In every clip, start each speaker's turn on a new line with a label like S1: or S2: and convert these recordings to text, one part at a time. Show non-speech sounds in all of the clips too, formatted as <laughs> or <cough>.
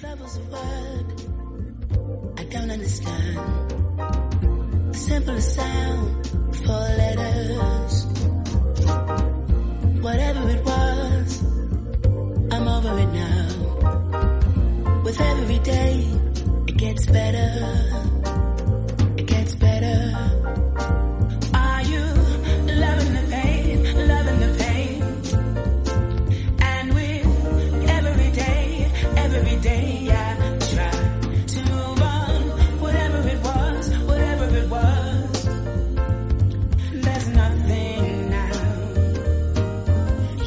S1: troubles at work. I don't understand. The simplest sound, four letters. Whatever it was, I'm over it now. With every day, it gets better. It gets better. Are you loving the pain, loving the pain? And with every day, every day I try to move on. Whatever it was, whatever it was, there's nothing now.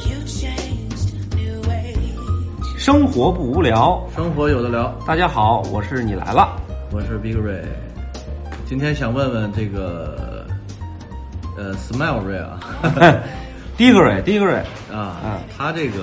S1: You changed, new age.
S2: 生活不无聊，
S3: 生活有的聊，
S2: 大家好，我是你来了。 <laughs>
S3: 我是 Big Ray，今天想问问这个，呃，Smile Ray 啊， <laughs>
S2: Diggory Diggory，
S3: 啊，他这个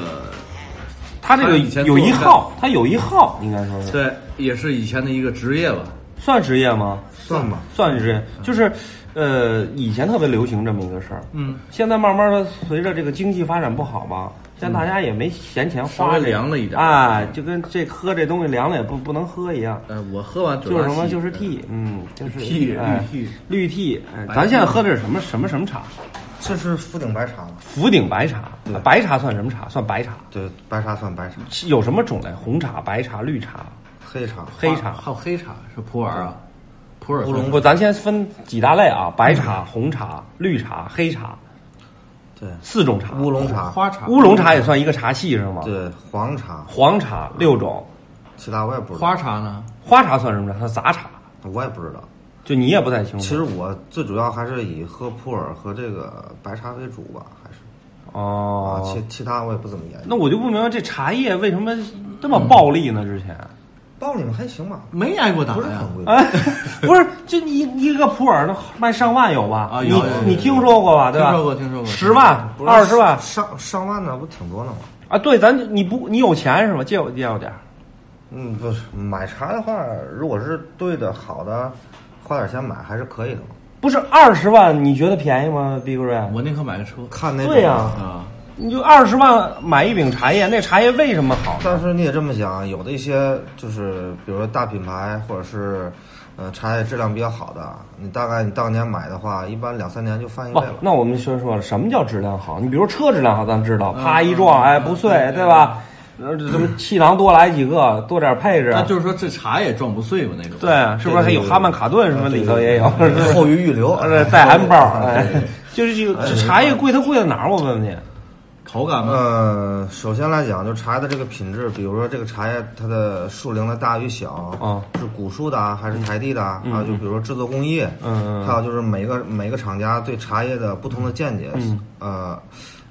S2: 他这个
S3: 他以前
S2: 有一
S3: 做过
S2: 号，他有一号，应该说是
S3: 对也是以前的一个职业吧，
S2: 算职业吗？
S4: 算吧，
S2: 算是职业，就是呃，以前特别流行这么一个事儿，
S3: 嗯，
S2: 现在慢慢的随着这个经济发展不好吧，现在大家也没闲钱
S3: 稍
S2: 花
S3: 微
S2: 这个，
S3: 凉了一点
S2: 啊，就跟这喝这东西凉了也不不能喝一样。
S3: 呃，我喝完嘴
S2: 就是
S3: 巴
S2: 什么，
S3: 气
S2: 就是 T，嗯，就是
S3: ，T，
S2: 哎
S4: 绿 T
S2: 绿 T，哎
S3: 白
S2: 咱现在
S3: T
S2: 喝的是什么什么什么茶？
S4: 这是福鼎白茶了。
S2: 福鼎白茶，
S3: 嗯
S2: 啊白茶算什么茶？算白茶。
S4: 对，白茶算白茶，
S2: 有什么种类？红茶、白茶、绿茶、
S4: 黑茶
S2: 黑
S3: 花
S2: 茶。
S3: 啊
S2: 嗯
S3: 还有黑茶是普洱啊，普洱
S4: 乌龙
S3: 算
S2: 不，咱先分几大类啊：白茶、红茶、绿茶、黑茶，
S4: 对，
S2: 四种茶。
S4: 乌龙茶
S3: 花茶、
S2: 乌龙茶也算一个茶系是吗？。
S4: 对，黄茶，
S2: 黄茶六种，
S4: 其他我也不知道，
S3: 花茶呢，
S2: 花茶算什么茶？它杂茶，
S4: 我也不知道。
S2: 就你也不太清楚。
S4: 其实我最主要还是以喝普洱和这个白茶为主吧，还是啊，
S2: 哦，
S4: 其其他我也不怎么研究。
S2: 那我就不明白这茶叶为什么这么暴利呢？之前
S4: 包你们还行吧，
S3: 没挨过打
S4: 不是
S3: 呀
S4: 很，贵。
S2: 哎， <laughs> 不是，就你一个普洱卖上万有吧？
S3: 啊有
S2: 你
S3: 有有
S2: 你
S3: 有
S2: 听说过吧？对吧？
S3: 听说过听说过
S2: 十万
S4: 不、是
S2: 二十万
S4: 上上万的不挺多的吗？
S2: 啊？对，咱你不你有钱是吗？借我借我点儿。
S4: 嗯，不是，买茶的话，如果是对的、好的，花点钱买还是可以的嘛。
S2: 不是二十万，你觉得便宜吗，毕哥瑞？
S3: 我宁可买个车
S4: 看那种
S2: 对呀
S3: 啊，
S2: 你就二十万买一饼茶叶，那茶叶为什么好？
S4: 但是你也这么想，有的一些就是，比如说大品牌或者是，呃，茶叶质量比较好的，你大概你当年买的话，一般两三年就翻一倍
S2: 不
S4: 了，。
S2: 哦那我们先说了，什么叫质量好？你比如车质量好，咱知道，啪一撞，哎，不碎，对吧？呃，什么气囊多来几个，多点配置
S3: 那，就是说这茶也撞不碎嘛那种，
S2: 对，，啊是不是？还有哈曼卡顿什么里头也有，是 <laughs> 不是
S4: 后余预留，
S2: 呃，带 M 包，哎，就是这个茶叶贵，它贵在哪儿？我问问你。
S3: 口感嘛，
S4: 呃，首先来讲，就茶叶的这个品质，比如说这个茶叶它的树龄的大与小，
S2: 嗯
S4: 是古树的啊，还是台地的啊，还有就比如说制作工艺，
S2: 嗯嗯嗯
S4: 还有就是每个每个厂家对茶叶的不同的见解，
S2: 嗯
S4: 呃，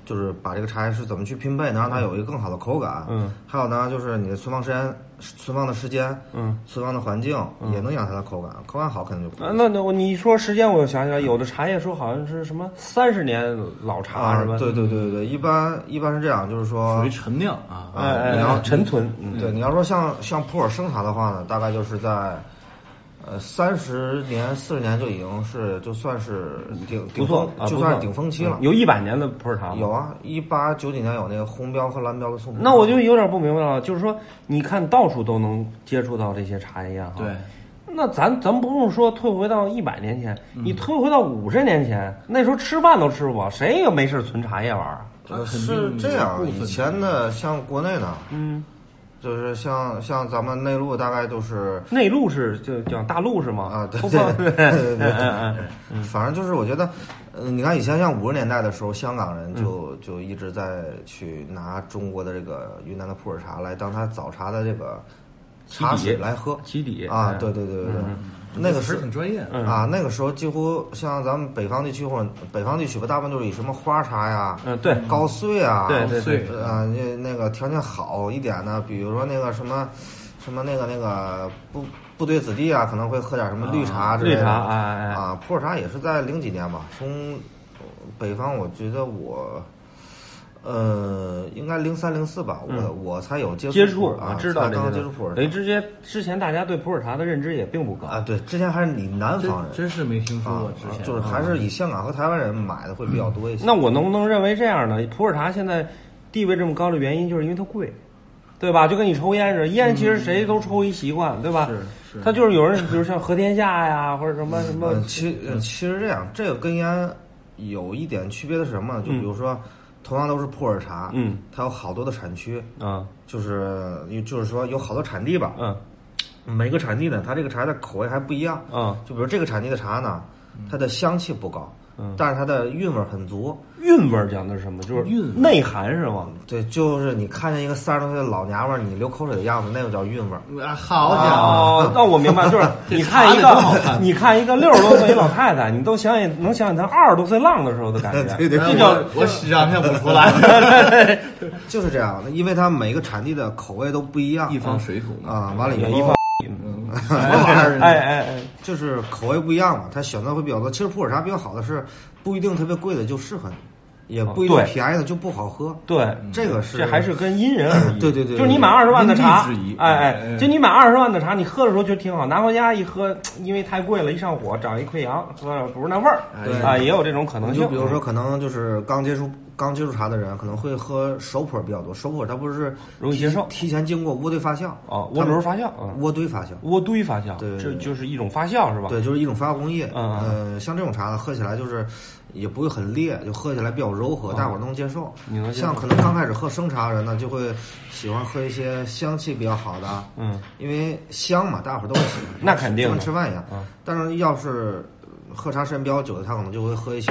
S4: 就是把这个茶叶是怎么去拼配，能让它有一个更好的口感，
S2: 嗯，
S4: 还有呢就是你的存放时间，存放的时间，
S2: 嗯，
S4: 存放的环境也能影响它的口感，口感好肯定就不
S2: 啊，那那我你说时间，我又想起来，有的茶叶说好像是什么三十年老茶
S4: 啊
S2: 什么，，
S4: 对对对对对，一般一般是这样，就是说
S3: 属于陈酿啊，
S2: 哎，哎
S4: 然
S2: 哎
S4: 后，
S2: 陈存，嗯
S4: 对，你要说像像普洱生茶的话呢，大概就是在，呃，三十年、四十年就已经是就算是顶
S2: 不
S4: 顶
S2: 错
S4: 峰，，
S2: 啊
S4: 就
S2: 不
S4: 算
S2: 错
S4: 是顶峰期了
S2: 嗯。有一百年的普洱茶吗
S4: 有啊，一八九几年有那个红标和蓝标的送
S2: 那我就有点不明白了，就是说，你看到处都能接触到这些茶叶哈。
S3: 对。
S2: 那咱咱不用说退回到一百年前，
S4: 嗯
S2: 你退回到五十年前，那时候吃饭都吃不饱，谁也没事存茶叶玩儿啊
S4: 呃
S3: 肯定
S4: 是
S3: 有
S4: 这样
S3: 部，分
S4: 以
S3: 的
S4: 前的像国内呢，
S2: 嗯，
S4: 就是像像咱们内陆大概就是
S2: 内陆是就讲大陆是吗？
S4: 啊，对
S2: 不
S4: 对
S2: 放
S4: 对
S2: <laughs>
S4: 对
S2: 嗯嗯
S4: 对，反正就是我觉得，呃，你看以前像五十年代的时候，香港人
S2: 嗯
S4: 就就一直在去拿中国的这个云南的普洱茶来当他早茶的这个茶
S2: 基底
S4: 水来喝
S2: 基底
S4: 啊
S2: 哎，
S4: 对对对对对，
S2: 嗯
S4: 那个
S3: 词
S4: 时
S3: 儿挺专业的，
S4: 啊，那个时候几乎像咱们北方地区或者北方地区吧，大部分就是以什么花茶呀、
S2: 嗯，对，
S4: 高碎啊，
S2: 对
S3: 对对对
S4: 啊，那那个条件好一点的，比如说那个什么，什么那个那个部部队子弟啊，可能会喝点什么绿茶之类
S2: 绿
S4: 的。
S2: 茶，哎哎，
S4: 啊，普洱茶也是在零几年吧，从北方，我觉得我。呃，应该零三零四吧，我、我才有接触
S2: 嗯接触
S4: 普洱啊，
S2: 知道
S4: 才
S2: 这
S4: 刚
S2: 个哎
S4: 接触普洱
S2: 等于之前之前大家对普洱茶的认知也并不高
S4: 啊，对，之前还是你南
S3: 真
S4: 方人
S3: 真是没听说
S4: 啊
S3: 过之前，
S4: 就是还是以香港和台湾人买的会比较
S2: 嗯
S4: 多一些。
S2: 那我能不能认为这样呢？普洱茶现在地位这么高的原因，就是因为它贵。对吧？就跟你抽烟似的，烟其实谁都抽一习惯，对吧？
S3: 是是
S2: 他就是有人，比如像何天下呀，或者什么什么，
S4: 嗯，其呃其实这样，这个跟烟有一点区别的是什么呢？就比如说，同样都是普洱茶，
S2: 嗯，
S4: 它有好多的产区，
S2: 啊，
S4: 就是就是说有好多产地吧，
S2: 嗯
S4: 每个产地呢，它这个茶的口味还不一样，
S2: 嗯，
S4: 就比如这个产地的茶呢，它的香气不高，
S2: 嗯
S4: 但是它的韵味很足。
S2: 韵味儿讲的是什么？就是
S3: 韵味
S2: 内涵是吗？
S4: 对，就是你看见一个三十多岁的老娘们儿，你流口水的样子，那就叫韵味儿。
S3: 啊，好家伙，
S2: 哦，那我明白，就是你看一
S3: 这茶得多好
S2: 个，
S3: 看
S2: 你看一个六十多岁一老太太，你都想起能想起她二十多岁浪的时候的感觉，
S4: 对对
S2: 这
S4: 对
S2: 叫
S3: 我我想象不
S4: <laughs>
S3: 出
S2: <laughs>
S3: 来，
S4: 就是这样，因为它每个产地的口味都不一样，
S3: 一方水土嘛，
S4: 啊，完了以
S2: 也
S4: 后
S2: 一方，
S3: 什么玩意儿？
S2: 哎哎哎，
S4: 就是口味不一样嘛，它选择会比较多。其实普洱茶比较好的是，不一定特别贵的就适合你，也不一定
S2: 哦对
S4: 便宜的就不好喝。
S2: 对，
S4: 这个是
S2: 这还是跟因人而异。
S4: 对对对对
S2: 就是你买二十万的茶
S3: 因地制宜，
S2: 哎
S3: 哎
S2: 哎，就你买二十万的茶，你喝的时候觉得挺好，拿回家一喝，因为太贵了，一上火长一溃疡，喝了不是那味儿
S4: 哎对
S2: 啊，也有这种可能
S4: 你
S2: 性。嗯
S4: 就比如说，可能就是刚接触刚接触茶的人，可能会喝熟普洱比较多。熟普洱它不是
S2: 容易接受
S4: 提前经过渥堆发酵
S2: 哦
S4: 它
S2: 渥轮发酵嗯
S4: 渥堆发酵，
S2: 渥堆发酵，
S4: 对对
S2: 这
S4: 对
S2: 就是一种发酵是吧？
S4: 对，就是一种发酵工艺。
S2: 嗯嗯
S4: 呃，像这种茶呢，喝起来就是也不会很烈，就喝起来比较柔和，大伙儿都能接受。
S2: 哦你能接受
S4: 像可能刚开始喝生茶的人呢，就会喜欢喝一些香气比较好的，
S2: 嗯，
S4: 因为香嘛，大伙儿都会喜欢。
S2: 那肯定
S4: 就
S2: 的
S4: 跟吃饭一样。
S2: 嗯
S4: 但是要是呃喝茶时间比较久的，他可能就会喝一些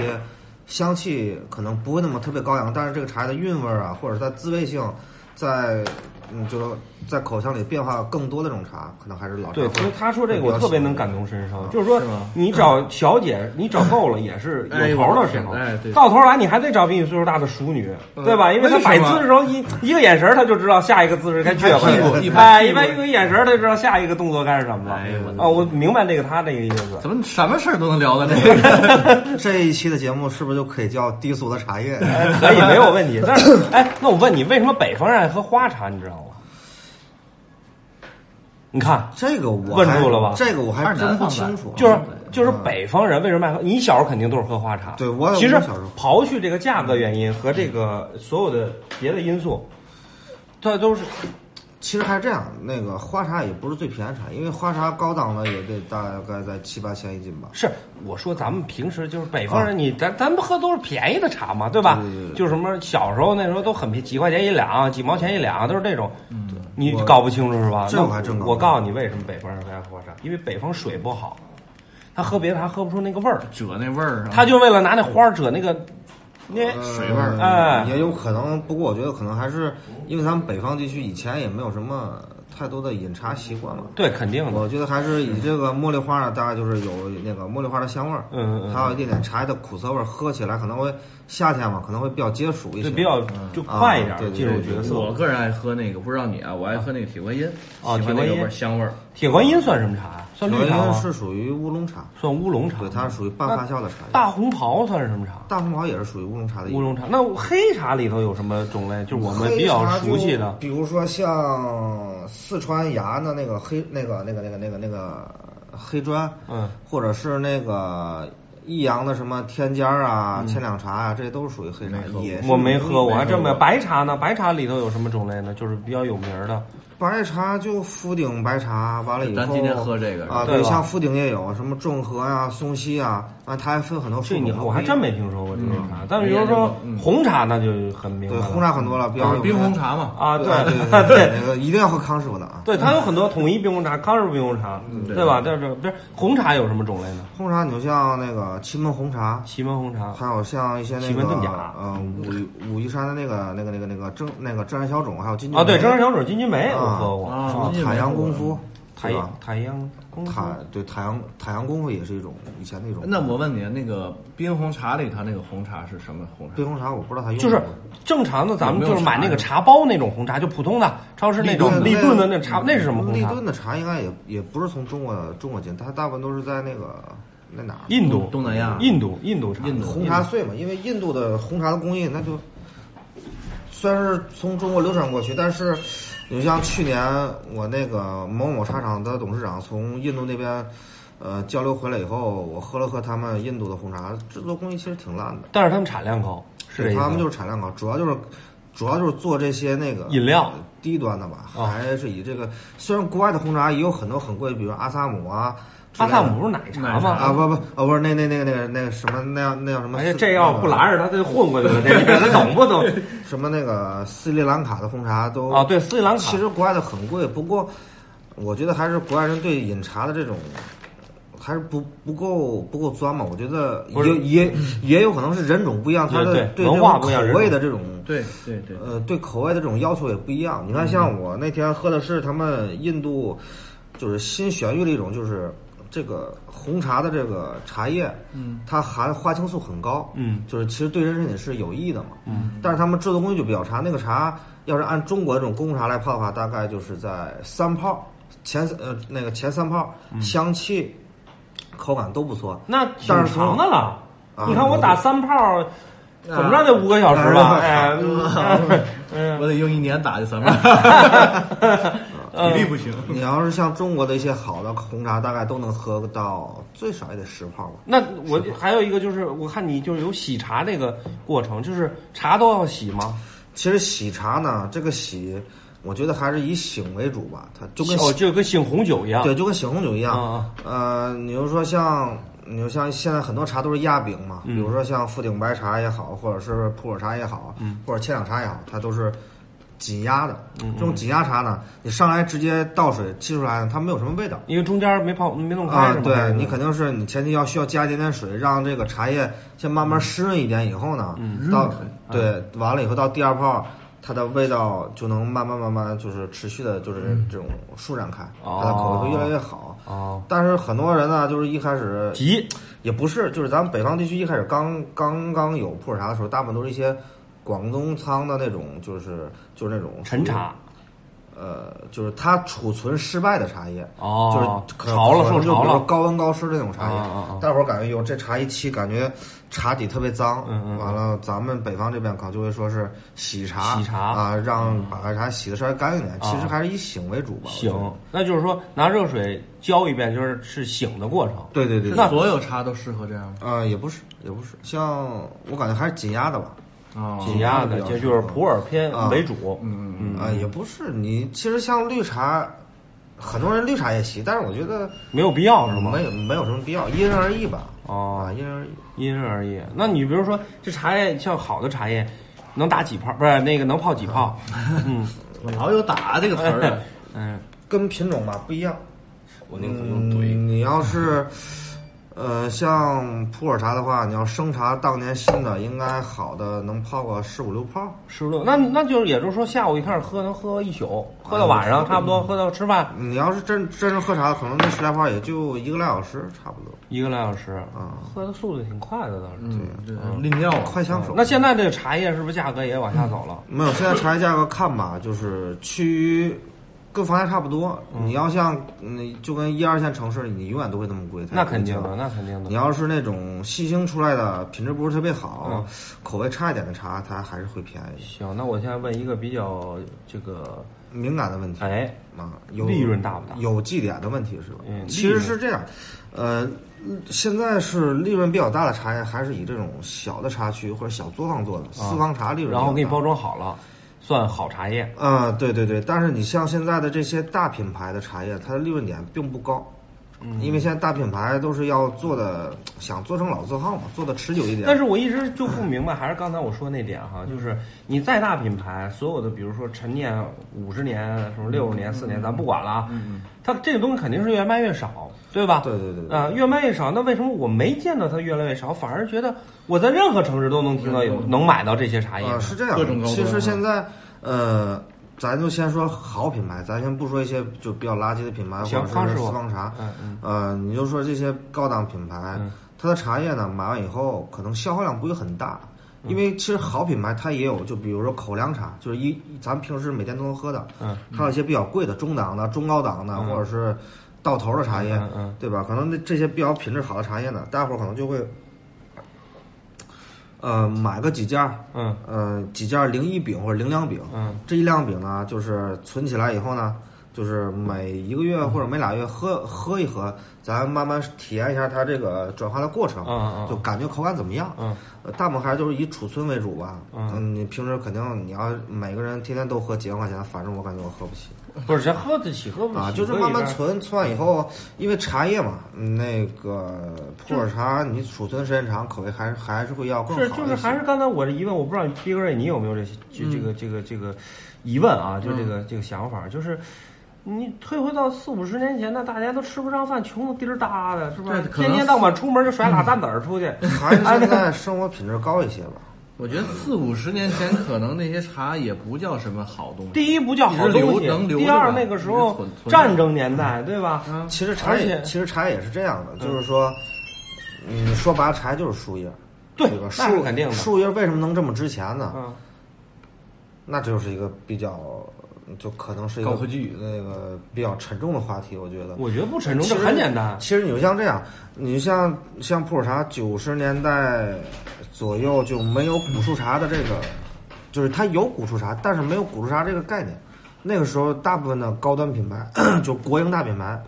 S4: 香气可能不会那么特别高扬，但是这个茶的韵味儿啊，或者是它滋味性，在嗯，就是在口腔里变化更多的这种茶，可能还是
S3: 啊
S4: 老茶
S2: 对，
S4: 会
S2: 所以他说这个
S4: 会比
S2: 我
S4: 较
S2: 特别
S4: 喜欢
S2: 能感同身受，
S4: 啊
S2: 就是说
S3: 是吗
S2: 你找小姐，你找够了也是有头的时候
S3: 哎我懂哎对，嗯
S2: 到头来你还得找比你岁数大的熟女，对吧？因为她摆姿势的时候一一个眼神，她就知道下一个姿势该撅回
S3: 一拍屁股一
S2: 去，哎，
S3: 拍屁
S2: 一
S3: 股
S2: 般一个眼神，她就知道下一个动作干什么了
S3: 哎呦我。的
S2: 啊，我明白这个他这个意思。
S3: 怎么什么事儿都能聊到这个？
S4: 这一期的节目是不是就可以叫低俗的茶叶？
S2: <laughs> 哎可以没有问题，但是哎，那我问你，为什么北方人爱喝花茶？你知道吗？你看，
S4: 这个我
S2: 问
S4: 还
S2: 住了吧
S4: 这个我还
S3: 二
S4: 真
S3: 南
S4: 不
S3: 放
S4: 清
S3: 吧
S4: 楚，啊
S2: 就是
S3: 对
S2: 就是北方人为什么爱喝？你小时候肯定都是喝花茶。
S4: 嗯对我
S2: 其实
S4: 我小时候
S2: 刨去这个价格原因和这个所有的别的因素，它都是
S4: 其实还是这样，那个花茶也不是最便宜的茶，因为花茶高档的也得大概在七八千一斤吧。
S2: 是我说咱们平时就是北
S4: 啊
S2: 方人，你咱咱们喝都是便宜的茶嘛，对吧？就什么小时候那时候都很便宜，几块钱一两，几毛钱一两，都是这种。你
S4: 嗯我
S2: 搞不清楚是吧？
S4: 这
S2: 那
S4: 我还真搞不
S2: 我
S4: 清
S2: 告诉你为什么北方人爱喝花茶，因为北方水不好，他喝别的茶喝不出那个味儿，
S3: 褶那味儿啊，
S2: 他就为了拿那花儿遮那个那。
S3: 水味儿
S4: 嗯
S2: 哎
S4: 也有可能。不过我觉得可能还是因为咱们北方地区以前也没有什么太多的饮茶习惯嘛。
S2: 对，肯定的。
S4: 我觉得还是以这个茉莉花呢，大概就是有那个茉莉花的香味儿，
S2: 嗯嗯嗯
S4: 还有一点点茶叶的苦涩味儿，喝起来可能会夏天嘛，可能会比较解暑一些，
S2: 就比较就快一点
S4: 啊对对
S2: 进入角色。
S3: 我个人爱喝那个，不知道你啊，我爱喝那个铁观音，
S2: 哦
S3: 喜欢
S2: 铁
S3: 那个
S2: 观音
S3: 味儿香味儿。
S2: 铁观音算什么茶呀？算
S4: 因
S2: 绿
S4: 为
S2: 茶
S4: 它
S2: 吗？
S4: 是属于乌龙茶，
S2: 算乌龙茶吗。
S4: 对，它是属于半发酵的茶叶。
S2: 大红袍算是什么茶？
S4: 大红袍也是属于乌龙茶的一
S2: 乌
S4: 种。
S2: 龙茶。那黑茶里头有什么种类？就是我们比较熟悉的
S4: 比如说像四川雅安的那个黑那个那个那个那个那个黑砖，
S2: 嗯，
S4: 或者是那个益阳的什么天尖儿啊、千两茶啊，这都是属于黑茶
S3: 没喝，过
S4: 也
S2: 我嗯没喝过，
S3: 没喝
S2: 还真没。
S3: 过
S2: 白茶呢？白茶里头有什么种类呢？就是比较有名儿的。
S4: 白茶就福鼎白茶，完了以后，
S3: 咱今天喝这个
S4: 啊，
S2: 对
S4: 对，
S2: 吧
S4: 像福鼎也有什么众和呀、松溪啊，啊，它还分很多树
S2: 这
S4: 种。
S2: 你我还真没听说过这种茶。但是
S4: 哎
S2: 比
S3: 没
S2: 如
S3: 研究
S2: 说
S3: 过嗯
S2: 红茶，那就很明白
S4: 对
S2: 了。
S4: 红茶很多了，比较有
S3: 冰
S4: 名
S3: 红茶嘛，
S2: 啊，
S4: 对
S2: <laughs> 对
S4: 对，那个一定要喝康师傅的啊。
S2: 对，它有很多统一冰红茶、康师傅冰红茶，
S4: 嗯
S3: 对
S2: 对吧？但是不是红茶有什么种类呢？
S4: 红茶你就像那个祁门红茶，
S2: 祁门红茶。
S4: 还有像一些那
S2: 啊奇门
S4: 个
S2: 遁甲
S4: 呃武武夷山的那个那个那个那个蒸那个蒸然小种，还有金
S2: 啊，对，
S4: 桔
S2: 蒸山小水金桔梅我
S4: 啊
S2: 喝过，
S3: 啊
S2: 是吧
S3: 金桔梅
S4: 塔阳功夫，
S2: 太
S4: 对吧
S2: 太阳功夫
S4: 塔对塔阳塔阳功夫也是一种以前的一种。
S3: 那我问你，啊那个冰红茶里头那个红茶是什么红茶
S4: 冰？红茶我不知道它用
S2: 就是
S4: 什么
S2: 正常的，咱们就是买那个
S3: 有没有
S2: 茶包那种红茶，就普通的超市那种
S4: 立
S2: 立
S4: 顿
S2: 顿
S4: 的
S2: 的那茶，那是什么红
S4: 立
S2: 茶？
S4: 顿的茶应该也也不是从中国中国进，它大部分都是在那个那哪儿
S2: 印度、
S3: 嗯东南亚
S2: 印度、印度茶、
S3: 印度
S4: 红茶碎嘛，因为印度的红茶的工艺那就虽然是从中国流传过去，但是你像去年我那个某某茶厂的董事长从印度那边呃交流回来以后，我喝了喝他们印度的红茶，制作工艺其实挺烂的，
S2: 但是他们产量高，是这意思吗。
S4: 他们就是产量高，主要就是。主要就是做这些那个
S2: 饮料哦
S4: 低端的吧，还是以这个。虽然国外的红茶也有很多很贵，比如阿萨姆啊之
S2: 阿
S4: 类的，
S2: 萨姆不是奶茶吗？
S4: 啊，不不啊，不是那那那个那个那个什么那样那叫什么啊
S2: 哎
S4: 斯？
S2: 呀，这要不拦着他，他就混过去了。这你看他懂不
S4: <laughs>
S2: 懂？
S4: 什么那个斯里兰卡的红茶都
S2: 啊，对，斯里兰卡
S4: 其实国外的很贵，不过我觉得还是国外人对饮茶的这种还是不不够不够钻嘛。我觉得
S2: 不是
S4: 也也也有可能是人种不一样，他的
S2: 对对
S4: 这
S2: 文
S4: 种
S2: 化不一样
S4: 口味的这种
S3: 对对对，
S4: 呃对口味的这种要求也不一样。你看，像我那天喝的是他们印度就是新选育的一种，就是这个红茶的这个茶叶，嗯，它含花青素很高，
S2: 嗯，
S4: 就是其实对人身体是有益的嘛，嗯，但是他们制作工艺就比较差，那个茶要是按中国这种功夫茶来泡的话，大概就是在三泡前呃那个前三泡，香气、口感都不错，
S2: 那挺长的了。
S4: 啊
S2: 你看我打三炮，怎么着得五个小时吧？
S4: 啊
S2: 哎，嗯
S3: 我得用一年打这三瓣，体力嗯不行。
S4: 你要是像中国的一些好的红茶，大概都能喝到最少也得十泡吧。
S2: 那我还有一个就是，我看你就是有洗茶这个过程，就是茶都要洗吗？
S4: 其实洗茶呢，这个洗，我觉得还是以醒为主吧，它就跟
S2: 哦，
S4: 醒
S2: 就跟醒红酒一样。
S4: 对，就跟醒红酒一样。
S2: 啊
S4: 呃，你就说像，你就像现在很多茶都是压饼嘛，
S2: 嗯
S4: 比如说像富顶白茶也好，或者是普洱茶也好，
S2: 嗯
S4: 或者千两茶也好，它都是紧压的。这
S2: 嗯
S4: 种紧压茶呢，你上来直接倒水沏出来呢，它没有什么味道。
S2: 因为中间没泡没弄开
S4: 啊
S2: 是，吗？
S4: 对你肯定是你前期要需要加一点点水，让这个茶叶先慢
S2: 嗯
S4: 慢湿润一点，以后呢，到
S2: 啊
S4: 对完了以后到第二泡，它的味道就能慢慢慢慢就是持续的，就是这种舒展开，它的口味会越来越
S2: 嗯
S4: 好。
S2: 哦，
S4: 但是很多人呢，就是一开始
S2: 急
S4: 也不是，就是咱们北方地区一开始刚刚刚有普洱茶的时候，大部分都是一些广东仓的那种，就是就是那种
S2: 陈茶
S4: 呃，就是它储存失败的茶叶，
S2: 哦
S4: 就是可
S2: 潮了
S4: 可能
S2: 受
S4: 就
S2: 潮
S4: 比如
S2: 了
S4: 说高温高湿的那种茶叶。
S2: 啊啊啊
S4: 大伙儿感觉哟，这茶一沏，感觉茶底特别脏。
S2: 嗯嗯嗯
S4: 完了，咱们北方这边可能就会说是洗茶，
S2: 洗茶嗯啊
S4: 啊，让把茶洗的稍微干净点。其实还是以醒为主吧。我觉
S2: 醒
S4: 得，
S2: 那就是说拿热水浇一遍，就是是醒的过程。
S4: 对对对。
S3: 是
S4: 对
S3: 所有茶都适合这样吗？
S4: 啊、也不是，也不是，像我感觉还是紧压的吧。
S3: 啊
S2: 紧压的，
S4: 哦紧压的比较
S2: 这就是普洱偏
S4: 啊
S2: 为主。
S3: 嗯嗯，
S4: 啊、也不是，你其实像绿茶，很多人绿茶也洗，但是我觉得
S2: 没有必要是吗？
S4: 嗯没有没有什么必要，因人而异吧。
S2: 哦
S4: 啊，因人而异。
S2: 因人而异。那你比如说这茶叶，像好的茶叶，能打几泡？不是那个能泡几泡？嗯
S3: 我老有打这个词儿啊。
S2: 嗯，
S4: 跟品种吧不一样。
S5: 我宁可用怼。
S4: 嗯你要是，呃，像普洱茶的话，你要生茶，当年新的应该好的能泡个十五六泡。
S2: 十六。那那就是也就是说，下午一开始喝，能喝一宿，喝到晚
S4: 啊
S2: 上差不多，喝到吃饭
S4: 你要是真真是喝茶，可能那十来泡也就一个来小时，差不多。
S2: 一个来小时
S4: 啊，
S2: 喝的速度挺快的倒
S4: 嗯
S2: 是。
S3: 对，利尿啊，
S4: 快枪手。
S2: 哦那现在这个茶叶是不是价格也往下走了？
S4: 没有，现在茶叶价格看吧，就是趋于跟房价差不多。你要像嗯，就跟一二线城市，你永远都会那么贵。它
S2: 那
S4: 也不
S2: 肯定啊
S4: 降
S2: 的，那肯定
S4: 你
S2: 的。
S4: 要是那种细星出来的，品质不是特别
S2: 嗯
S4: 好，口味差一点的茶，它还是会便宜。
S2: 行，那我现在问一个比较这个，
S4: 敏感的问题。
S2: 哎，
S4: 啊，有
S2: 利润大不大
S4: 有绩点的问题是吧？
S2: 嗯
S4: 其实是这样，呃，现在是利润比较大的茶叶，还是以这种小的茶区或者小作坊做的私房茶利润比较大。
S2: 啊然后给你包装好了，算好茶叶。
S4: 啊、对对对，但是你像现在的这些大品牌的茶叶，它的利润点并不高，
S2: 嗯
S4: 因为现在大品牌都是要做的，想做成老字号嘛，做的持久一点。
S2: 但是我一直就不明白，还是刚才我说那点哈，就是你再大品牌，所有的比如说陈年、五十年、什么六十年、四
S4: 嗯
S2: 年，咱不管了啊，它这个东西肯定是越卖越少，对吧？
S4: 对对对对
S2: 啊、越卖越少，那为什么我没见到它越来越少，反而觉得我在任何城市都能听到有能买到这些茶叶
S4: 啊、
S2: 呢？
S4: 是这样
S3: 各种
S4: 的。
S3: 高端
S4: 其
S3: 啊
S4: 实现在，呃，咱就先说好品牌，咱先不说一些就比较垃圾的品牌，或
S2: 行
S4: 者
S2: 康
S4: 是
S2: 师傅
S4: 私房茶，
S2: 嗯
S4: 呃，你就说这些高档品牌，它的茶叶呢，买完以后可能消耗量不会很大。
S2: 嗯
S4: 因为其实好品牌它也有，就比如说口粮茶，就是一咱平时每天都能喝的，
S2: 嗯，
S4: 还有一些比较贵的中档的、中高档的，或者是到头的茶叶，
S2: 嗯嗯
S4: 对吧？可能那这些比较品质好的茶叶呢，大家伙儿可能就会，呃，买个几件儿，
S2: 嗯
S4: 呃，几件儿零一饼或者零两饼，
S2: 嗯，
S4: 这一两饼呢，就是存起来以后呢，就是每一个月或者每俩月喝喝一喝，咱慢慢体验一下它这个转化的过程，
S2: 嗯嗯嗯
S4: 就感觉口感怎么样。
S2: 嗯
S4: 呃大部分还是就是以储存为主吧。
S2: 嗯
S4: 你平时肯定你要每个人天天都喝几万块钱，反正我感觉我喝不起。
S2: 不是谁喝得起喝不起
S4: 啊，就是
S2: 所以
S4: 慢慢
S2: 呢
S4: 存，存完以后，因为茶叶嘛，那个普洱茶你储存时间长，口味还是还是会要更好一
S2: 是，
S4: 些。
S2: 就是还是刚才我的疑问，我不知道逼哥你有没有这些这这个这个这个疑问啊？就这个这个想法，就是你退回到四五十年前，那大家都吃不上饭，穷的滴儿哒的，是吧
S3: 对？可
S2: 天
S3: 能
S2: 天到晚出门就甩俩蛋子哎儿出去，
S4: 还是现在生活品质高一些吧。
S3: 我觉得四五十年前可能那些茶也不叫什么好东西。
S2: 第一不叫好
S3: 一直
S2: 东
S3: 留能
S2: 西，
S3: 留着
S2: 第二
S3: 吧
S2: 那个时候
S3: 一直存存着
S2: 战争年代，对吧？
S4: 其实
S2: 嗯
S4: 茶
S2: 而
S4: 也
S2: 且
S4: 其实茶也是这样的，就是说，嗯，说白了，茶就是树叶，
S2: 对
S4: 吧？，
S2: 那是
S4: 树
S2: 肯定的。
S4: 树叶为什么能这么值钱呢？
S2: 嗯，
S4: 那这就是一个比较，就可能是一个
S3: 高科技
S4: 那个比较沉重的话题，我觉得。
S2: 我觉得不沉重，
S4: 其
S2: 这
S4: 实
S2: 很简单。
S4: 其实你就像这样，你像像普洱茶，九十年代左右就没有古树茶的这个，就是它有古树茶，但是没有古树茶这个概念。那个时候，大部分的高端品牌， <coughs> 就国营大品牌，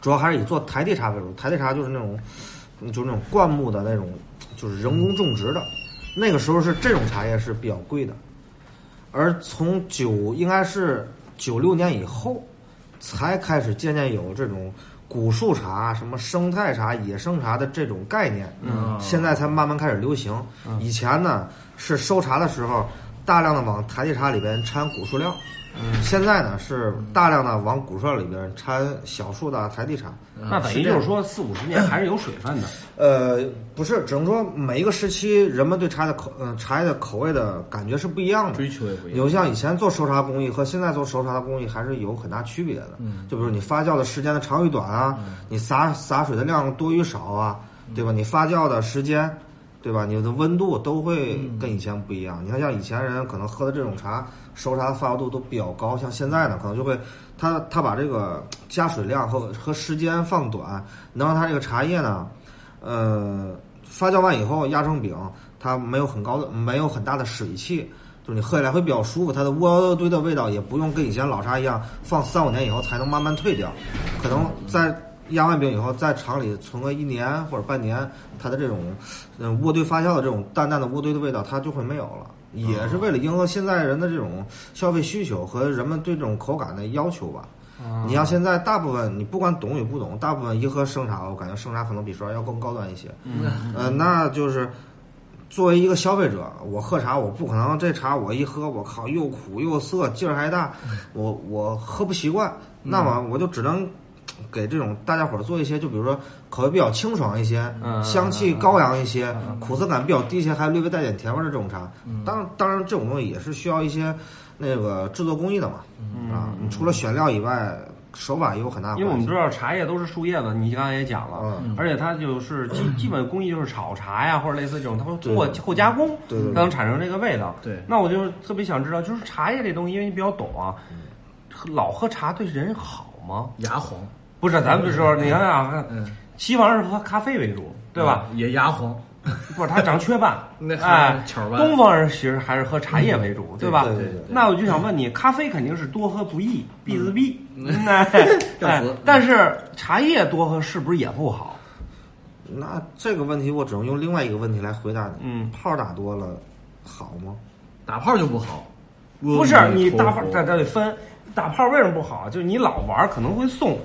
S4: 主要还是以做台地茶为主。台地茶就是那种，就是那种灌木的那种，就是人工种植的。那个时候是这种茶叶是比较贵的，而从九应该是九六年以后，才开始渐渐有这种古树茶、什么生态茶、野生茶的这种概念。嗯，现在才慢慢开始流行。以前呢是收茶的时候，大量的往台地茶里边掺古树料。嗯，现在呢是大量的往古树料里边掺小树的台地茶。
S2: 那等于就是说，四五十
S4: 嗯
S2: 年还是有水分的。
S4: 呃，不是，只能说每一个时期人们对茶的口，嗯、茶叶的口味的感觉是不一样的，
S3: 追求也不一样
S4: 你就像以前做熟茶工艺和现在做熟茶的工艺还是有很大区别的。嗯，就比如你发酵的时间的长与短啊，
S3: 嗯
S4: 你洒洒水的量多与少啊，对吧？你发酵的时间，对吧？你的温度都会
S3: 嗯
S4: 跟以前不一样。你看，像以前人可能喝的这种茶，熟茶的发酵度都比较高，像现在呢，可能就会他他把这个加水量和和时间放短，能让它这个茶叶呢。呃，发酵完以后压成饼，它没有很高的，没有很大的水汽，就是你喝起来会比较舒服。它的哦乌腰堆的味道也不用跟以前老茶一样，放三五年以后才能慢慢退掉。可能在压完饼以后，在厂里存个一年或者半年，它的这种嗯渥堆发酵的这种淡淡的渥堆的味道，它就会没有了。也是为了迎合现在人的这种消费需求和人们对这种口感的要求吧。你要现在大部分，你不管懂与不懂，大部分一喝生茶，我感觉生茶可能比熟茶要更高端一些。嗯，呃，那就是作为一个消费者，我喝茶，我不可能这茶我一喝，我靠，又苦又涩，劲儿还大，我我喝不习惯，那么我就只能。给这种大家伙儿做一些，就比如说口味比较清爽一些，
S2: 嗯
S4: 香气高扬一些，苦涩感比较低一些，还略微带点甜味儿的这种茶。
S2: 嗯
S4: 当然，当然这种东西也是需要一些那个制作工艺的嘛。啊，你除了选料以外，手法也有很大关
S2: 嗯
S4: 系。
S2: 因为我们知道茶叶都是树叶子，你刚才也讲了
S4: 嗯，
S2: 而且它就是基基本工艺就是炒茶呀，或者类似这种，它会通过后加工，
S4: 对对对
S2: 才能产生这个味道。
S3: 对
S2: 那我就是特别想知道，就是茶叶这东西，因为你比较懂啊，老喝茶对人好吗？
S3: 牙黄，
S2: 不是，咱们就说，你看啊
S3: 嗯，
S2: 西方是喝咖啡为主，对吧？
S3: 嗯？也牙黄，
S2: 不是，他长雀斑
S3: <laughs> 那，还
S2: 哎，
S3: 巧儿斑
S2: 东方人其实还是喝茶叶为主，对吧？
S4: 对对对对
S2: 那我就想问你，咖啡肯定是多喝不易，必自毙。
S3: <laughs>
S2: 那
S3: 嗯要
S2: 哎
S3: 死，
S2: 但是茶叶多喝是不是也不好？
S4: 那这个问题，我只能用另外一个问题来回答你。
S2: 嗯
S4: 炮打多了好吗？
S3: 打泡就不好。
S2: 不是
S3: 阿弥
S2: 你
S3: 陀
S2: 大
S3: 佛
S2: 泡，这这得分。打泡为什么不好？啊就是你老玩儿可能会
S3: <laughs>
S2: 送，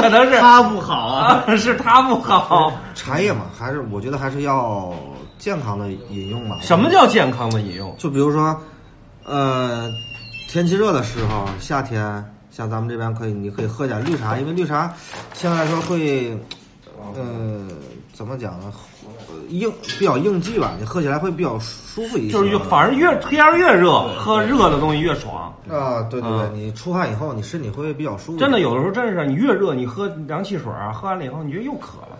S2: 可能是
S3: 他不好啊。
S2: <laughs> 啊，是他不好。
S4: 茶叶嘛，还是我觉得还是要健康的饮用吧。
S2: 什么叫健康的饮用？
S4: 就比如说，呃，天气热的时候，夏天像咱们这边可以，你可以喝点绿茶，因为绿茶相对来说会，呃，怎么讲呢？呃应比较应季吧，你喝起来会比较舒服一些。
S2: 就是越反正越天儿越热，喝热的东西越爽。
S4: 啊，对对对，
S2: 嗯
S4: 你出汗以后，你身体会比较舒服。
S2: 真的，有的时候真是你越热，你喝凉汽水啊，喝完了以后你觉得又渴了，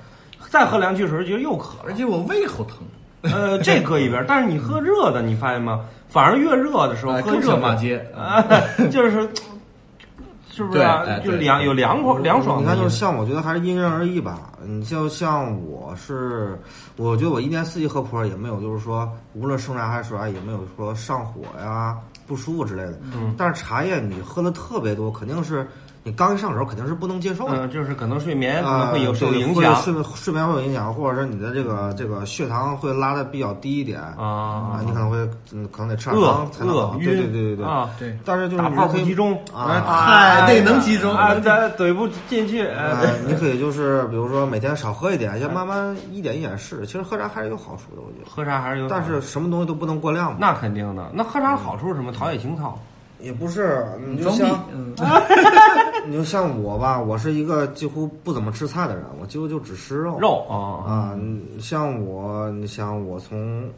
S2: 再喝凉汽水觉得又渴
S3: 而
S4: <laughs>
S2: 了。
S3: 且我胃口疼，
S2: 呃，这搁一边儿，但是你喝热的，你发现吗？反而越热的时候
S3: 哎
S2: 喝
S3: 更
S2: 热
S3: 想骂
S2: 的
S3: 街
S2: 啊， <laughs> 就是是不是啊
S3: 对哎？
S2: 就
S3: 对
S2: 凉有凉快凉爽
S4: 你
S2: 的
S4: 看，就
S2: 意
S4: 是
S2: 思。
S4: 像我觉得还是因人而异吧。你就像我是，啊我觉得我一年四季喝普洱也没有，就是说无论生茶还是熟茶也没有说上火呀、不舒服之类的。嗯，但是茶叶你喝的特别多，肯定是你刚一上手肯定是不能接受的。
S2: 嗯，就是可能睡眠可
S4: 啊，
S2: 能会有受
S4: 对
S2: 影
S4: 或者
S2: 响
S4: 睡眠睡眠会有影响，或者是你的这个这个血糖会拉的比较低一点
S2: 啊，
S4: 你可能会嗯可能得吃点
S2: 饿
S4: 糖才能好
S2: 饿
S4: 对对
S2: 晕
S4: 对对对
S2: 啊
S3: 对
S4: 但是就是
S2: 打
S4: 你
S2: 泡
S4: 可
S2: 不
S4: 以
S2: 集中哎
S4: 啊。
S3: 嗨，那能集中
S2: 啊，咱怼不进去，
S4: 呃
S2: 哎，
S4: 你可以就是比如说每天少喝一点，先慢慢一点一点试。其实喝茶还是有好处的，我觉得。
S2: 喝茶还是有好
S4: 但
S2: 处，
S4: 是什么东西都不能过量嘛。
S2: 那肯定的，那喝茶好处是什么？陶冶情操，
S4: 也不是，你就
S3: 装逼
S4: 像，
S3: 嗯，
S4: 你就像我吧，我是一个几乎不怎么吃菜的人，我几乎就只吃肉。
S2: 肉啊，
S4: 啊，你像我，你想我从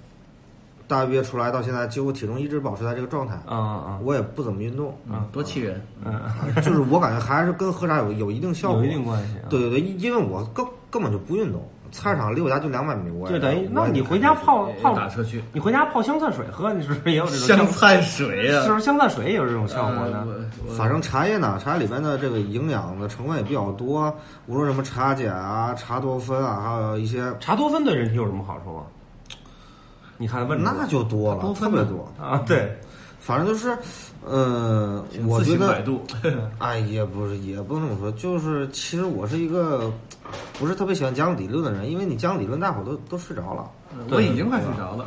S4: 大约出来到现在，几乎体重一直保持在这个状态，
S2: 啊啊，
S4: 我也不怎么运动， <laughs>
S3: 嗯多气人，
S4: 就是我感觉还是跟喝茶有有一定效果，
S2: 有一定关系啊
S4: 对对对，因为我根根本就不运动，菜市场离我家就两百米，我也
S2: 就等于，
S4: 我
S2: 那
S4: 也
S2: 你
S4: 不
S2: 回家
S4: 开
S2: 泡泡
S3: 打车去
S2: 你回家泡香菜水喝，你是不是也有这种
S3: 香？菜水啊嗯呀
S2: 是，不是香菜水也有这种效果
S3: 呃
S2: 呢？
S3: 我我
S4: 反正茶叶呢，茶叶里边的这个营养的成分也比较多，无论什么茶碱啊、茶多酚啊，还有一些，
S2: 茶多酚对人体有什么好处啊？你看问出来
S4: 那就多了，
S3: 多
S4: 特
S3: 酚
S4: 别
S3: 呢
S4: 多。
S2: 啊，对，
S4: 反正就是，呃，
S3: 请
S4: 我
S3: 自
S4: 觉
S3: 行
S4: 得
S3: 百 <laughs> 度，
S4: 哎，也不是，也不能这么说，就是其实我是一个不是特别喜欢讲理论的人，因为你讲理论，大伙都都睡着了。
S3: 嗯我已经快睡着 <laughs> 了。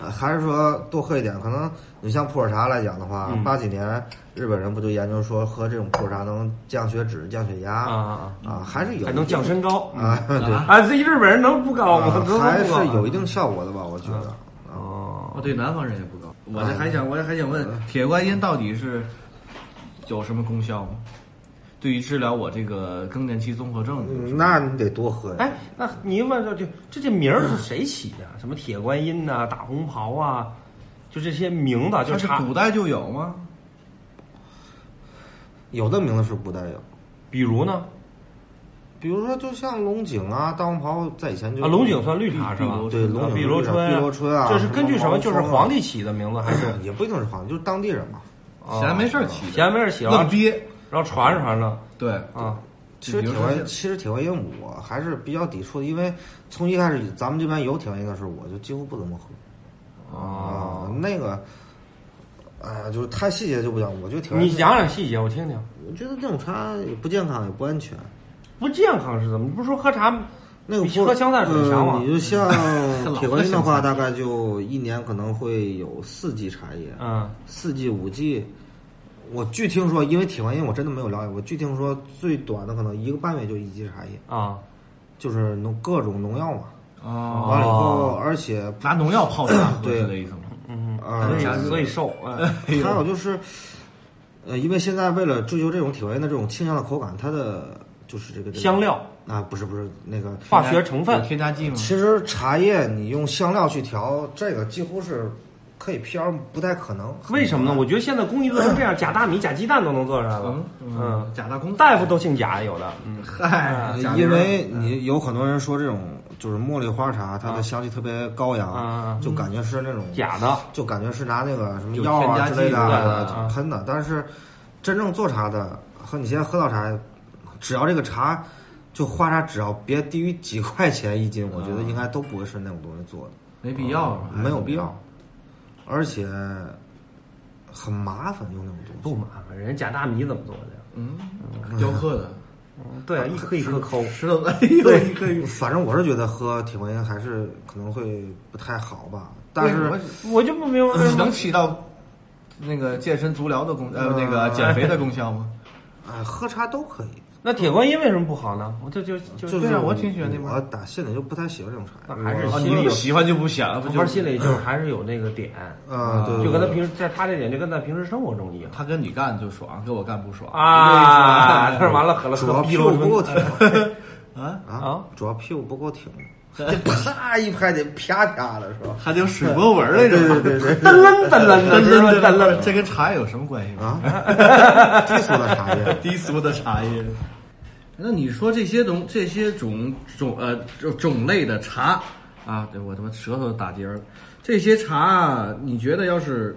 S4: 呃还是说多喝一点，可能你像普洱茶来讲的话，
S2: 嗯
S4: 八几年日本人不就研究说喝这种普洱茶能降血脂、降血压
S2: 啊
S4: 啊还是有
S2: 还能降身高
S4: 啊，对，
S2: 啊！这一日本人能不高吗？能
S4: 啊还
S2: 不高
S4: 是有一定效果的吧，我觉得。
S2: 哦，
S3: 我对南方人也不高。我这还想，我还想问，铁观音到底是有什么功效吗？对于治疗我这个更年期综合症有什
S4: 嗯
S3: 么，
S4: 那你得多喝呀。
S2: 哎，那你一问这就这这名儿是谁起的？什么铁观音呐、大红袍啊，就这些名字啊，就
S3: 它是
S2: 茶，
S3: 古代就有吗？
S4: 有的名字是古代有，
S2: 比如呢，
S4: 比如说就像龙井啊、大红袍，在以前就
S2: 啊，龙井算绿茶是
S3: 碧
S2: 吧
S3: 螺？
S4: 对龙
S2: 啊
S4: 井
S2: 碧螺
S4: 绿茶
S2: 春啊，
S4: 碧螺春啊
S2: 这是根据什么？
S4: 什
S2: 就
S4: 么
S2: 是
S4: 毛峰啊
S2: 皇帝起的名字还是？
S4: 也不一定是黄，就是当地人嘛。
S3: 闲没事儿起的，
S2: 闲没事儿起
S3: 愣憋。
S2: 然后传着传着
S3: 对，
S2: 啊，
S4: 其实
S3: 比如
S4: 铁
S3: 说
S4: 观音，
S3: 现
S4: 其实铁观音我还是比较抵触的，因为从一开始咱们这边有铁观音的时候，我就几乎不怎么喝啊、
S2: 哦
S4: 那个，哎呀，就是太细节就不讲。我觉得铁观
S2: 你
S4: 音，
S2: 讲讲细节，我听听。
S4: 我觉得这种茶也不健康，也不安全。
S2: 不健康是怎么？你不是说喝茶
S4: 那个
S2: 比
S4: 不
S2: 喝香菜水强
S4: 呃
S2: 吗
S4: 你？
S2: <laughs>
S4: 就像
S3: 老
S4: 铁观音的话，
S3: 喝香菜
S4: 大概就一年可能会有四季茶叶，
S2: 嗯，
S4: 四季、五季。我据听说，因为铁观音我真的没有了解，我据听说最短的可能一个半月就一季茶叶，
S2: 啊，
S4: 就是农各种农药嘛。
S3: 哦，
S4: 完了以后，而且
S3: 拿农药泡茶喝
S4: 对
S3: 是这意思吗？
S2: 嗯
S4: 呃，
S2: 所以所以 <laughs> 瘦，哎
S4: 还有就是，呃，因为现在为了追求这种铁观音的这种清香的口感，它的就是这个这个
S2: 香料
S4: 啊，不是不是那个
S2: 化学成分
S3: 有添加剂吗？
S4: 其实茶叶你用香料去调，这个几乎是可以 PR，不太可能。
S2: 为什么呢？我觉得现在工艺做成这样，假大米、假鸡蛋都能做出来了
S3: 嗯。
S2: 嗯，
S3: 假大空
S2: 大夫都姓贾，有的。嗯，
S3: 嗨，假名
S4: 因
S3: 儿
S4: 为你有很多人说这种就是茉莉花茶，它的香气特别高
S2: 啊
S4: 扬，就感觉是那种
S2: 假的。
S4: 就感觉是拿那个什么
S3: 有
S4: 药
S3: 添
S4: 啊
S3: 加
S4: 之
S3: 剂
S4: 类的
S2: 的啊
S4: 啊喷的，但是真正做茶的和你现在喝到茶，只要这个茶就花茶，只要别低于几块钱一斤，我觉得应该都不会是那种东西做的，
S3: 没必要吧，
S4: 没有必要，而且很麻烦用那种东
S2: 不
S4: 西。
S2: 麻烦，人家假大米怎么做的呀？
S3: 嗯雕刻的
S2: 嗯对啊，一颗一颗抠。
S3: 石头，哎呦，一个一个
S4: 反正我是觉得喝铁观音还是可能会不太好吧，但是
S3: 为什么
S2: 我就不明 <laughs> 白为什么
S3: 能起到那个健身足疗的功呃那个减肥的功效吗？
S4: 哎，喝茶都可以，
S2: 那铁观音为什么不好呢？我就就就
S4: 就是
S3: 对啊我挺喜欢那味儿
S4: 我打心里就不太喜欢这种茶叶，
S2: 还是
S3: 啊，
S2: 心
S3: 你
S2: 里
S3: 不
S2: 有，
S3: 喜欢就不想，不
S2: 玩
S3: 就
S2: 心里就是还是有那个点，
S3: 啊
S4: 嗯，对，
S2: 就跟他
S4: 对
S2: 平时在他这点就跟在平时生活中一样
S3: 他跟你干就爽，跟我干不爽
S2: 啊。
S3: <laughs>
S2: 那完了，喝了
S4: 主要
S2: 喝
S4: 屁
S2: 逼
S4: 股
S2: 了
S4: 不够挺
S3: 啊，
S4: 啊，主要屁股不够
S3: <laughs>
S4: 挺，啪一拍得啪啪的是吧？
S3: 还得有水波纹那种。<laughs>
S4: 对对对对，
S2: 噔楞噔楞噔楞噔楞。
S3: 这跟茶有什么关系吗？
S4: 啊，
S3: <laughs>
S4: 低俗的茶叶，
S3: 低俗的茶叶。那你说这些东这些种种呃种种类的茶啊，对我他妈舌头都打结儿了。这些茶，你觉得要是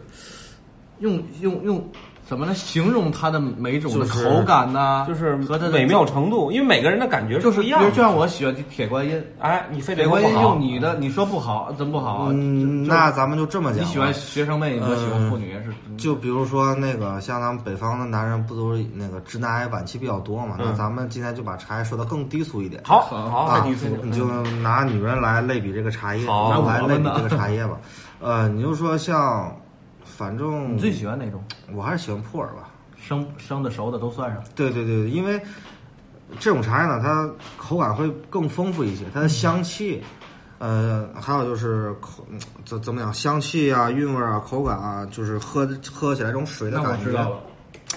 S3: 用用用怎么来形容它的每种的
S4: 就是
S3: 口感呐、
S2: 就是
S3: 和它的
S2: 美妙程度，因为每个人的感觉
S3: 就是
S2: 不
S3: 是
S2: 一
S3: 比
S2: 样
S3: 如
S2: 的。
S3: 就像我喜欢铁观音，
S2: 哎，你非得
S3: 铁
S2: 说
S3: 观
S2: 不
S3: 音
S2: 好
S3: 用，你的，你说不好，怎么不好？啊
S4: 嗯，那咱们就这么讲
S3: 你
S4: 吧。
S3: 喜欢学生妹，你说喜欢妇
S2: 嗯
S3: 女也是，
S4: 就比如说那个，像咱们北方的男人不都是那个直男癌晚期比较多嘛？那咱们今天就把茶叶说的更低俗一点。
S2: 好好
S4: 啊
S2: 太低俗了，
S4: 你就拿女人来类比这个茶叶，
S2: 好
S4: 来类比
S3: 拿我
S4: 这
S3: 们
S4: 个
S3: 的
S4: 茶叶吧。呃，你就说像，反正
S3: 你最喜欢哪种？
S4: 我还是喜欢普洱吧。
S3: 生生的、熟的都算上。
S4: 对对对，因为这种茶叶呢，它口感会更丰富一些，它的香气，呃，还有就是口嗯怎怎么讲，香气啊、韵味啊、口感啊，就是喝喝起来这种水的
S3: 那我
S4: 感觉。
S3: 知道了，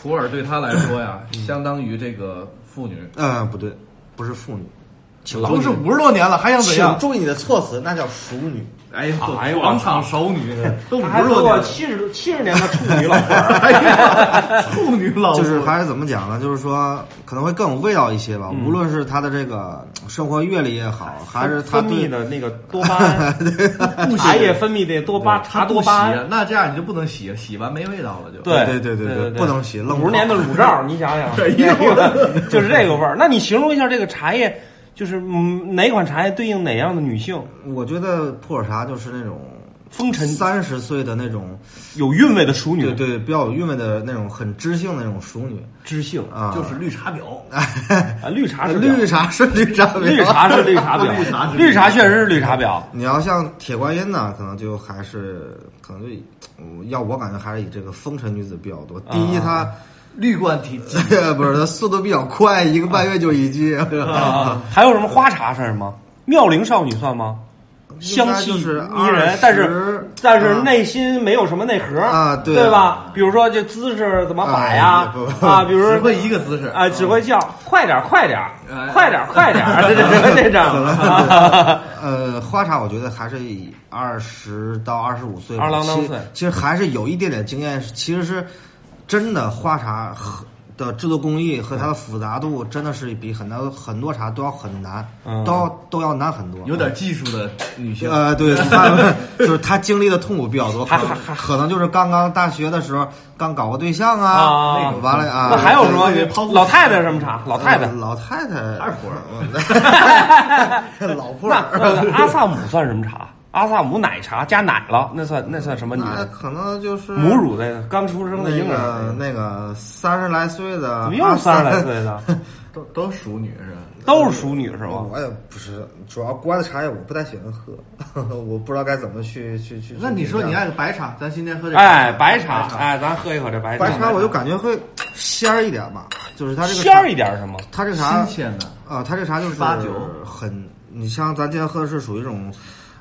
S3: 普洱对他来说呀，相当于这个妇女，
S4: 呃，不对，不是妇女，请
S3: 都是
S4: 注意
S3: 五十多年了，还想怎
S4: 请
S3: 样？
S4: 注意你的措辞，那叫熟女。
S3: <laughs> 哎呦，
S2: 哎呦
S3: 广场
S2: <laughs>
S3: 熟女都
S2: 他
S3: 五
S2: 还
S3: 十多
S2: 做
S3: 年
S2: 过
S3: 了，
S2: 七十七十年的处女老婆儿。
S3: 哎呀，处女老
S4: 就是还是怎么讲呢？就是说可能会更有味道一些吧，无论是他的这个生活阅历也好，还是他
S2: 分
S4: 对
S2: 泌的那个多巴胺，
S3: 不
S2: 茶
S3: 洗
S2: 叶分泌的多巴
S3: 他
S2: 茶
S3: 不
S2: 多
S3: 洗
S2: 巴胺，，
S3: 那这样你就不能洗，洗完没味道了就。
S4: 对
S2: 对
S4: 对对
S2: 对
S4: 对不能洗愣
S2: 五十年的乳罩，你想
S4: <laughs>
S2: 想，
S3: 哎呦
S2: 那个就是这个味儿。那你形容一下这个茶叶，就是嗯哪款茶叶对应哪样的女性？
S4: 我觉得普洱茶就是那种
S2: 风尘
S4: 三十岁的那种，
S2: 有韵味的熟女，
S4: 对对，比较有韵味的那种很知性的那种淑女
S2: 知性
S4: 啊，
S3: 就是绿茶婊，
S2: 啊，绿茶是
S4: 哎 <laughs> 绿茶是绿茶婊，
S2: 婊绿茶是绿茶婊，
S3: 绿茶是
S2: 绿茶确实是绿茶婊。
S4: <laughs> 你要像铁观音呢，可能就还是可能就以嗯要我感觉还是以这个风尘女子比较多。第一，她、
S3: 绿罐体鸡，
S4: <laughs> 不是她速度比较快，一个半月就一季。
S2: 啊，还有什么花茶是吗？妙龄少女算吗？
S4: <laughs> 应
S2: 香
S4: 该
S2: 气
S4: 就是
S2: 迷人
S4: 20，
S2: 但是但是
S4: 啊
S2: 内心没有什么内核
S4: 啊
S2: 对
S4: 对
S2: 吧？比如说这姿势怎么摆呀
S4: 啊不？不
S2: 啊，比如
S3: 只
S2: 说
S3: 会一个姿势
S2: 啊，只会叫快点儿快点儿
S3: 哎
S2: 快点儿快点
S4: <laughs>
S2: 儿，这这这这样。
S4: 呃，花茶我觉得还是以二十到二十五岁吧，
S2: 二郎当
S4: 其实
S2: 岁
S4: 其实还是有一点点经验。其实是真的花茶和的制作工艺和它
S2: 嗯
S4: 的复杂度，真的是比很多很多茶都要很难，
S2: 嗯
S4: 都要都要难很多。
S3: 有点技术的女性。
S2: <laughs>
S4: 呃，对，他就是他经历的痛苦比较多，可
S2: 还
S4: 能可能就是刚刚大学的时候刚搞过对象
S2: 啊
S4: 啊，那个完了啊，
S2: <laughs> 那还有什么
S4: 对对
S3: 抛？物
S2: 老太太什么茶？老太太
S4: 呃，老太太，
S3: 二普洱 <laughs>
S4: 二老婆
S2: 那那
S4: 儿，嗯
S2: 阿萨姆算什么茶？阿萨姆奶茶加奶了，那算那算什么女
S4: 那
S2: 的？
S4: 可能就是
S2: 母乳的刚出生的
S4: 那
S2: 婴
S4: 个
S2: 儿，
S4: 那个三十来岁的，
S2: 怎么又是三十来岁
S4: 啊？
S2: 的？
S4: <laughs>
S3: 都都是熟女是吧？
S2: 都是熟女是
S4: 三
S2: 吗？
S4: 我也不是，主要国外的茶叶我不太喜欢喝，我不知道该怎么去去去。
S3: 那你说
S4: 去
S3: 你爱个白茶，咱今天喝这个
S2: 哎，白茶，，哎，咱喝一口这白茶。
S4: 白茶，我就感觉会鲜儿一点吧，就是它这个
S2: 鲜儿
S4: 茶
S2: 一点是吗？
S4: 它这个茶
S3: 新鲜的，
S4: 啊，它这茶就是
S3: 八九
S4: 很，你像咱今天喝的是属于一种，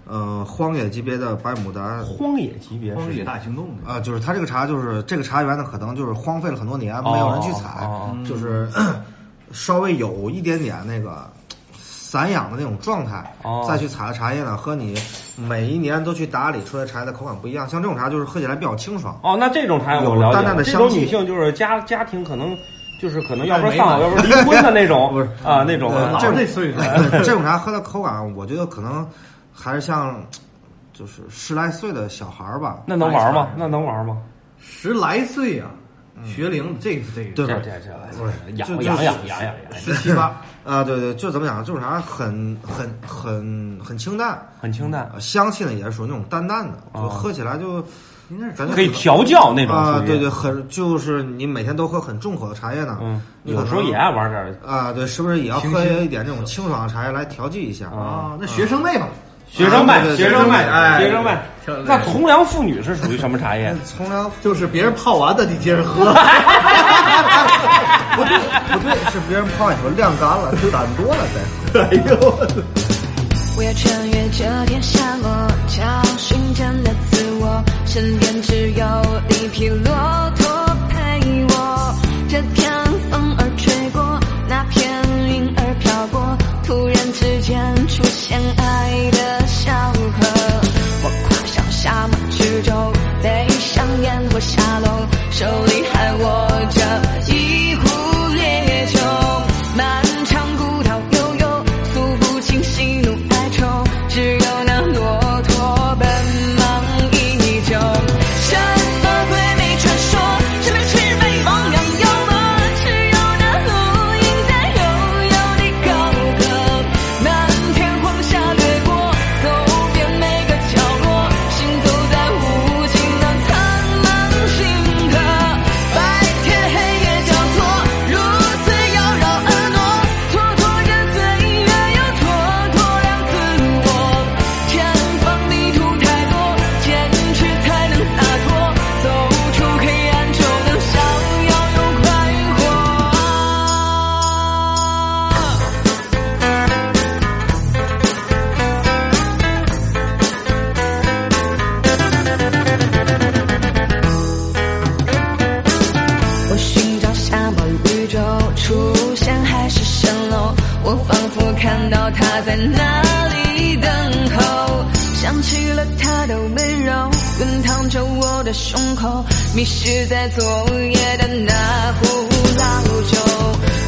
S4: 呃，荒野级别的白牡丹
S2: 荒野级别
S3: 荒
S2: 是
S3: 野大行动的。
S4: 啊，就是它这个茶就是这个茶园呢，可能就是荒废了很多年，没有人去采
S2: 哦，
S4: 就是 <coughs> 稍微有一点点那个散养的那种状态
S2: 哦，
S4: 再去采的茶叶呢，和你每一年都去打理出来的茶叶的口感不一样。像这种茶就是喝起来比较清爽，
S2: 哦，那这种茶我
S4: 有
S2: 了解了，
S4: 淡淡的
S2: 这种
S4: 香气
S2: 女性就是家家庭可能就是可能要不然
S3: 哎
S2: 丧偶，要
S3: 没
S2: 不然离婚的那种，啊那种
S4: 呃
S2: 啊
S3: 老
S4: 这
S3: 这岁数，
S4: <laughs> 这种茶喝的口感，我觉得可能还是像就是十来岁的小孩儿吧，
S2: 那能玩吗
S3: 白？茶
S2: 那能玩吗？
S3: 十来岁啊，学龄，这个这个，
S4: 对
S2: 这
S4: 吧？
S2: 这这
S4: 不是
S2: 养
S4: 就就
S2: 养
S4: 是
S2: 养养养养，
S3: 十七八，
S4: 啊，对对，就怎么讲，就是啥很很很很清淡，
S2: 很清淡，
S4: 呃香气呢也是属于那种淡淡的，就喝起来就
S3: 应该是
S4: 感觉
S2: 哦可以
S4: 很
S2: 调教那种
S4: 呃啊，
S2: 属于
S4: 对对，，很就是你每天都喝很重口的茶叶呢，
S2: 嗯，
S4: 你可
S2: 有
S4: 能
S2: 时候也爱玩点儿
S4: 啊，对，是不是也要
S3: 清
S4: 喝
S3: 新
S4: 一点这种清爽的茶叶来调剂一下？
S2: 哦
S3: 啊，那学生妹吧，
S2: 学生
S4: 啊对
S2: 妹，
S4: 对
S2: 学生妹
S4: 学生妹，哎
S2: 学生妹。
S3: 漂亮
S2: 那从良妇女是属于什么茶叶？
S4: 从良
S3: 就是别人泡完的，你接着喝。 <laughs>
S4: 不对不对，是别人泡你说晾干了， <laughs> 散多了再喝。
S3: 哎呦，
S1: 我要穿越这片沙漠，找寻真的自我。身边只有一匹骆驼陪我。这片风儿吹过，那片云儿飘过，突然之间出现爱的小河。我跨上沙漠之舟，背上烟火沙龙，手里还握着一壶烈酒，漫长古道悠悠。诉不清喜怒哀愁，只有那骆驼奔忙依旧。什么鬼魅传说，什么是非宙出现海市蜃楼，我仿佛看到他在那里等候，想起了他的温柔，滚烫着我的胸口，迷失在昨夜的那壶老酒。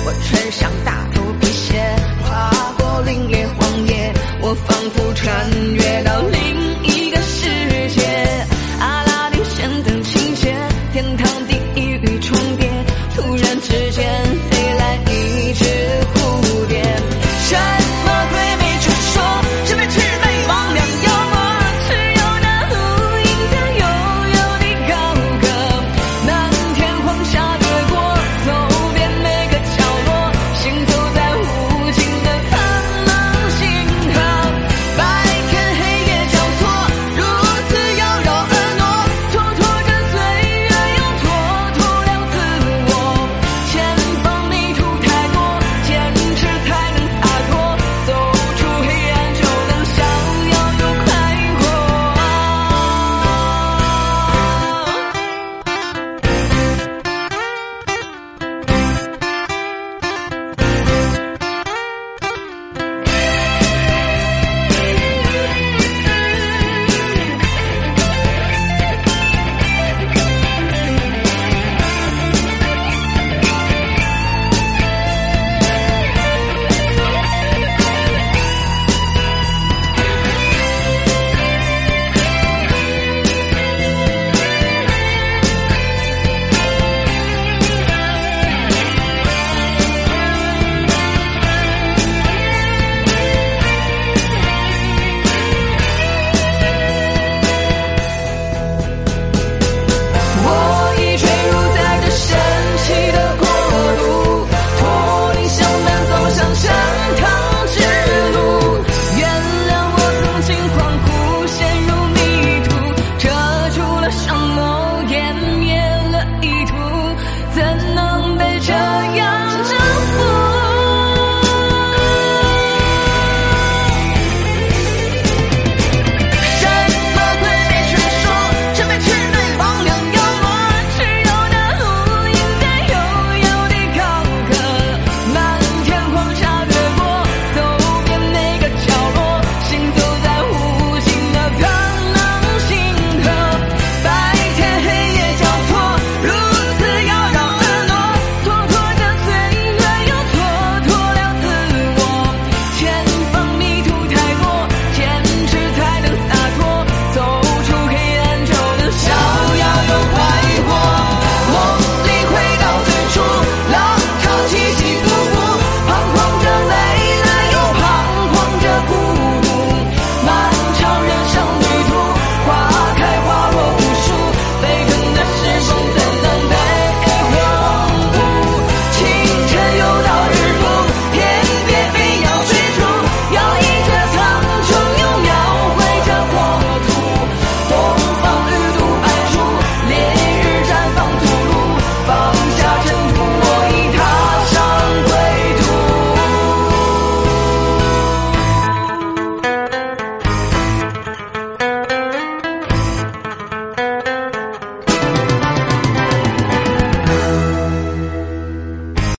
S1: 我穿上大头皮鞋，跨过林野荒野，我仿佛穿越到另一个世界。阿拉丁神灯情节，天堂地狱重叠，突然之间飞来一只蝴蝶。什么鬼魅传说，是非是非魍魉妖魔，只有那无影在悠悠地高歌。漫天黄沙掠过，走遍每个角落，行走在无尽的苍茫星河。白天黑夜交错，如此妖娆婀娜，蹉跎着岁月，又蹉跎了自我。前方迷途太多，坚持才能洒脱，走出黑暗就能逍遥又快活。我已坠入在这神奇的国度，脱离乡门走向天堂之路。原谅我曾经恍惚，陷入迷途，遮住了双眸，湮灭了意图，怎能被这？